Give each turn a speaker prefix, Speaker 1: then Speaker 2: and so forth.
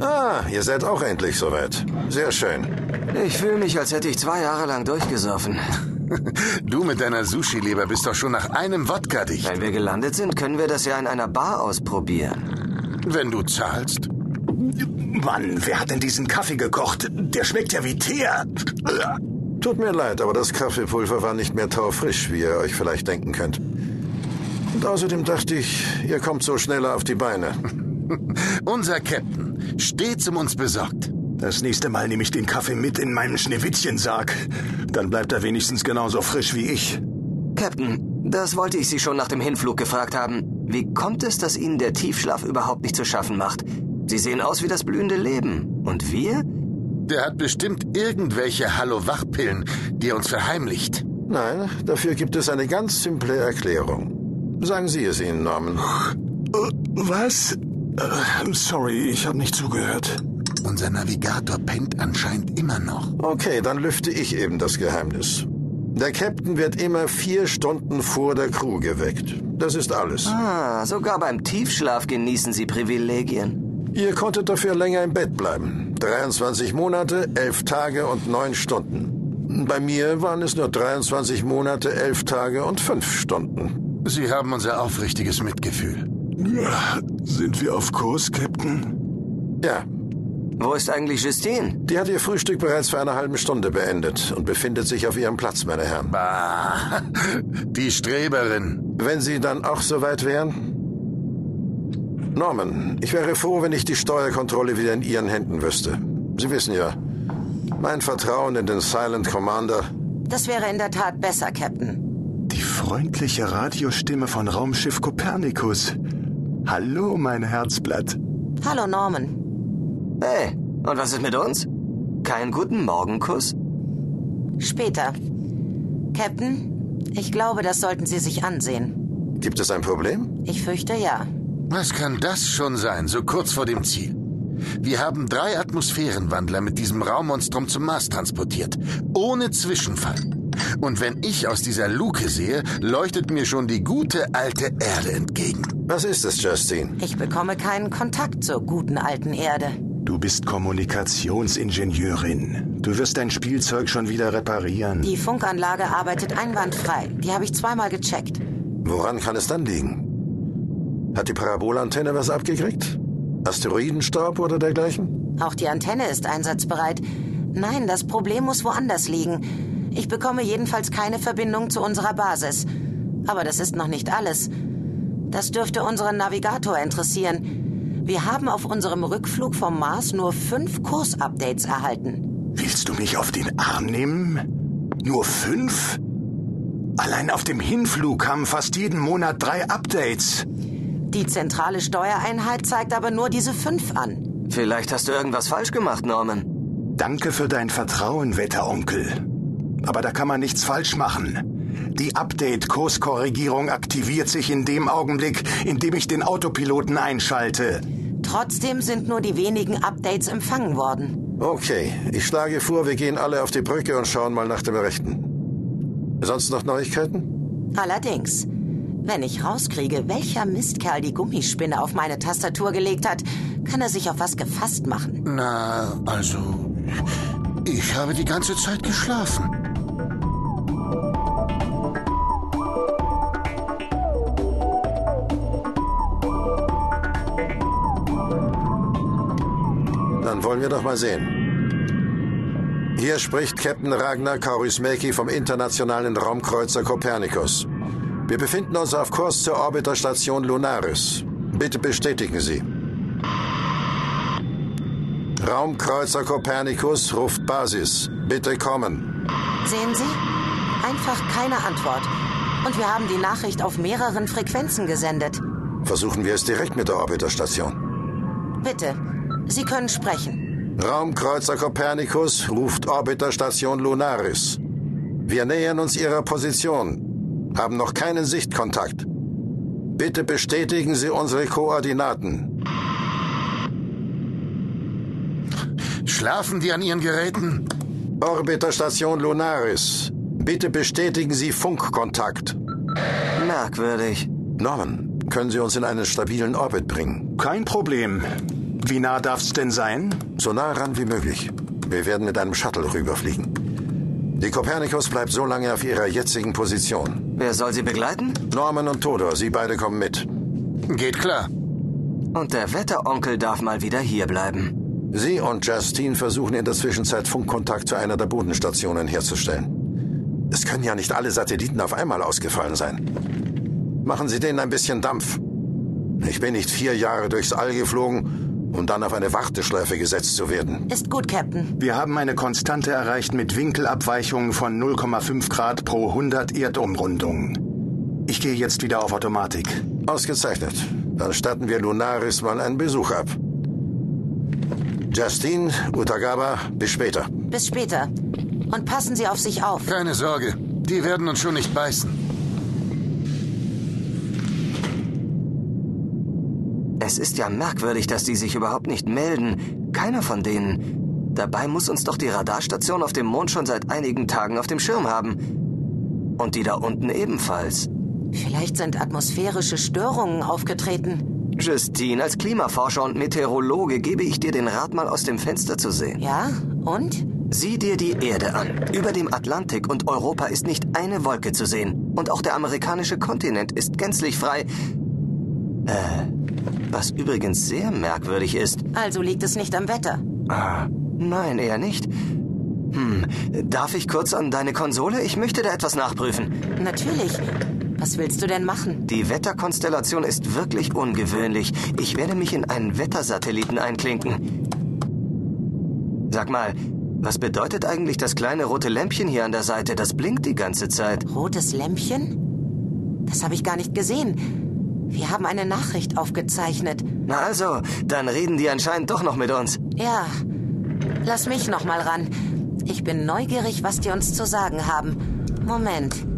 Speaker 1: Ah, ihr seid auch endlich soweit. Sehr schön.
Speaker 2: Ich fühle mich, als hätte ich zwei Jahre lang durchgesoffen.
Speaker 3: Du mit deiner Sushi-Leber bist doch schon nach einem Wodka dicht.
Speaker 2: Wenn wir gelandet sind, können wir das ja in einer Bar ausprobieren.
Speaker 3: Wenn du zahlst.
Speaker 4: Mann, wer hat denn diesen Kaffee gekocht? Der schmeckt ja wie Teer.
Speaker 1: Tut mir leid, aber das Kaffeepulver war nicht mehr taufrisch, wie ihr euch vielleicht denken könnt. Und außerdem dachte ich, ihr kommt so schneller auf die Beine.
Speaker 3: Unser Captain, stets um uns besorgt.
Speaker 4: Das nächste Mal nehme ich den Kaffee mit in meinen Schneewittchensack. Dann bleibt er wenigstens genauso frisch wie ich.
Speaker 2: Captain, das wollte ich Sie schon nach dem Hinflug gefragt haben. Wie kommt es, dass Ihnen der Tiefschlaf überhaupt nicht zu schaffen macht? Sie sehen aus wie das blühende Leben. Und wir?
Speaker 3: Der hat bestimmt irgendwelche Hallo-Wachpillen, die er uns verheimlicht.
Speaker 1: Nein, dafür gibt es eine ganz simple Erklärung. Sagen Sie es ihnen, Norman.
Speaker 4: Äh, Was? Äh, Sorry, ich habe nicht zugehört.
Speaker 3: Unser Navigator pennt anscheinend immer noch.
Speaker 1: Okay, dann lüfte ich eben das Geheimnis. Der Captain wird immer vier Stunden vor der Crew geweckt. Das ist alles.
Speaker 2: Ah, sogar beim Tiefschlaf genießen Sie Privilegien.
Speaker 1: Ihr konntet dafür länger im Bett bleiben. 23 Monate, 11 Tage und 9 Stunden. Bei mir waren es nur 23 Monate, 11 Tage und 5 Stunden.
Speaker 3: Sie haben unser aufrichtiges Mitgefühl.
Speaker 4: Ja, Sind wir auf Kurs, Captain?
Speaker 1: Ja,
Speaker 2: Wo ist eigentlich Justine?
Speaker 1: die hat ihr Frühstück bereits vor einer halben Stunde beendet und befindet sich auf ihrem Platz, meine Herren.
Speaker 3: Bah, die Streberin.
Speaker 1: Wenn Sie dann auch soweit wären? Norman, ich wäre froh, wenn ich die Steuerkontrolle wieder in Ihren Händen wüsste. Sie wissen ja, mein Vertrauen in den Silent Commander.
Speaker 5: Das wäre in der Tat besser, Captain.
Speaker 4: Die freundliche Radiostimme von Raumschiff Kopernikus. Hallo, mein Herzblatt.
Speaker 5: Hallo, Norman.
Speaker 2: Hey, und was ist mit uns? Keinen guten Morgenkuss?
Speaker 5: Später. Captain, ich glaube, das sollten Sie sich ansehen.
Speaker 1: Gibt es ein Problem?
Speaker 5: Ich fürchte ja.
Speaker 3: Was kann das schon sein, so kurz vor dem Ziel? Wir haben drei Atmosphärenwandler mit diesem Raummonstrum zum Mars transportiert. Ohne Zwischenfall. Und wenn ich aus dieser Luke sehe, leuchtet mir schon die gute alte Erde entgegen.
Speaker 1: Was ist es, Justine?
Speaker 5: Ich bekomme keinen Kontakt zur guten alten Erde.
Speaker 4: Du bist Kommunikationsingenieurin. Du wirst dein Spielzeug schon wieder reparieren.
Speaker 5: Die Funkanlage arbeitet einwandfrei. Die habe ich zweimal gecheckt.
Speaker 1: Woran kann es dann liegen? Hat die Parabolantenne was abgekriegt? Asteroidenstaub oder dergleichen?
Speaker 5: Auch die Antenne ist einsatzbereit. Nein, das Problem muss woanders liegen. Ich bekomme jedenfalls keine Verbindung zu unserer Basis. Aber das ist noch nicht alles. Das dürfte unseren Navigator interessieren. Wir haben auf unserem Rückflug vom Mars nur fünf Kursupdates erhalten.
Speaker 4: Willst du mich auf den Arm nehmen? Nur fünf? Allein auf dem Hinflug kamen fast jeden Monat drei Updates.
Speaker 5: Die zentrale Steuereinheit zeigt aber nur diese fünf an.
Speaker 2: Vielleicht hast du irgendwas falsch gemacht, Norman.
Speaker 4: Danke für dein Vertrauen, Wetteronkel. Aber da kann man nichts falsch machen. Die Update-Kurskorrigierung aktiviert sich in dem Augenblick, in dem ich den Autopiloten einschalte.
Speaker 5: Trotzdem sind nur die wenigen Updates empfangen worden.
Speaker 1: Okay, ich schlage vor, wir gehen alle auf die Brücke und schauen mal nach dem Rechten. Sonst noch Neuigkeiten?
Speaker 5: Allerdings, wenn ich rauskriege, welcher Mistkerl die Gummispinne auf meine Tastatur gelegt hat, kann er sich auf was gefasst machen.
Speaker 3: Na, also, ich habe die ganze Zeit geschlafen.
Speaker 1: Dann wollen wir doch mal sehen. Hier spricht Captain Ragnar Kaurismäki vom internationalen Raumkreuzer Copernicus. Wir befinden uns auf Kurs zur Orbiterstation Lunaris. Bitte bestätigen Sie. Raumkreuzer Copernicus ruft Basis. Bitte kommen.
Speaker 5: Sehen Sie? Einfach keine Antwort. Und wir haben die Nachricht auf mehreren Frequenzen gesendet.
Speaker 1: Versuchen wir es direkt mit der Orbiterstation.
Speaker 5: Bitte, Sie können sprechen.
Speaker 1: Raumkreuzer Copernicus ruft Orbiterstation Lunaris. Wir nähern uns Ihrer Position, haben noch keinen Sichtkontakt. Bitte bestätigen Sie unsere Koordinaten.
Speaker 3: Schlafen die an ihren Geräten?
Speaker 1: Orbiterstation Lunaris, bitte bestätigen Sie Funkkontakt.
Speaker 2: Merkwürdig.
Speaker 1: Norman, können Sie uns in einen stabilen Orbit bringen?
Speaker 4: Kein Problem. Wie nah darf's denn sein?
Speaker 1: So nah ran wie möglich. Wir werden mit einem Shuttle rüberfliegen. Die Kopernikus bleibt so lange auf ihrer jetzigen Position.
Speaker 2: Wer soll sie begleiten?
Speaker 1: Norman und Todor, Sie beide kommen mit.
Speaker 3: Geht klar.
Speaker 2: Und der Wetteronkel darf mal wieder hier bleiben.
Speaker 1: Sie und Justine versuchen in der Zwischenzeit Funkkontakt zu einer der Bodenstationen herzustellen. Es können ja nicht alle Satelliten auf einmal ausgefallen sein. Machen Sie denen ein bisschen Dampf. Ich bin nicht vier Jahre durchs All geflogen, um dann auf eine Warteschleife gesetzt zu werden.
Speaker 5: Ist gut, Captain.
Speaker 4: Wir haben eine Konstante erreicht mit Winkelabweichungen von 0,5 Grad pro 100 Erdumrundungen. Ich gehe jetzt wieder auf Automatik.
Speaker 1: Ausgezeichnet. Dann statten wir Lunaris mal einen Besuch ab. Justine, Utagaba, bis später.
Speaker 5: Bis später. Und passen Sie auf sich auf.
Speaker 3: Keine Sorge. Die werden uns schon nicht beißen.
Speaker 2: Es ist ja merkwürdig, dass die sich überhaupt nicht melden. Keiner von denen. Dabei muss uns doch die Radarstation auf dem Mond schon seit einigen Tagen auf dem Schirm haben. Und die da unten ebenfalls.
Speaker 5: Vielleicht sind atmosphärische Störungen aufgetreten.
Speaker 2: Justine, als Klimaforscher und Meteorologe gebe ich dir den Rat, mal aus dem Fenster zu sehen.
Speaker 5: Ja, und?
Speaker 2: Sieh dir die Erde an. Über dem Atlantik und Europa ist nicht eine Wolke zu sehen. Und auch der amerikanische Kontinent ist gänzlich frei. Äh, was übrigens sehr merkwürdig ist.
Speaker 5: Also liegt es nicht am Wetter.
Speaker 2: Ah, nein, eher nicht. Hm, darf ich kurz an deine Konsole? Ich möchte da etwas nachprüfen.
Speaker 5: Natürlich. Was willst du denn machen?
Speaker 2: Die Wetterkonstellation ist wirklich ungewöhnlich. Ich werde mich in einen Wettersatelliten einklinken. Sag mal, was bedeutet eigentlich das kleine rote Lämpchen hier an der Seite? Das blinkt die ganze Zeit.
Speaker 5: Rotes Lämpchen? Das habe ich gar nicht gesehen. Wir haben eine Nachricht aufgezeichnet.
Speaker 2: Na also, dann reden die anscheinend doch noch mit uns.
Speaker 5: Ja, lass mich noch mal ran. Ich bin neugierig, was die uns zu sagen haben. Moment.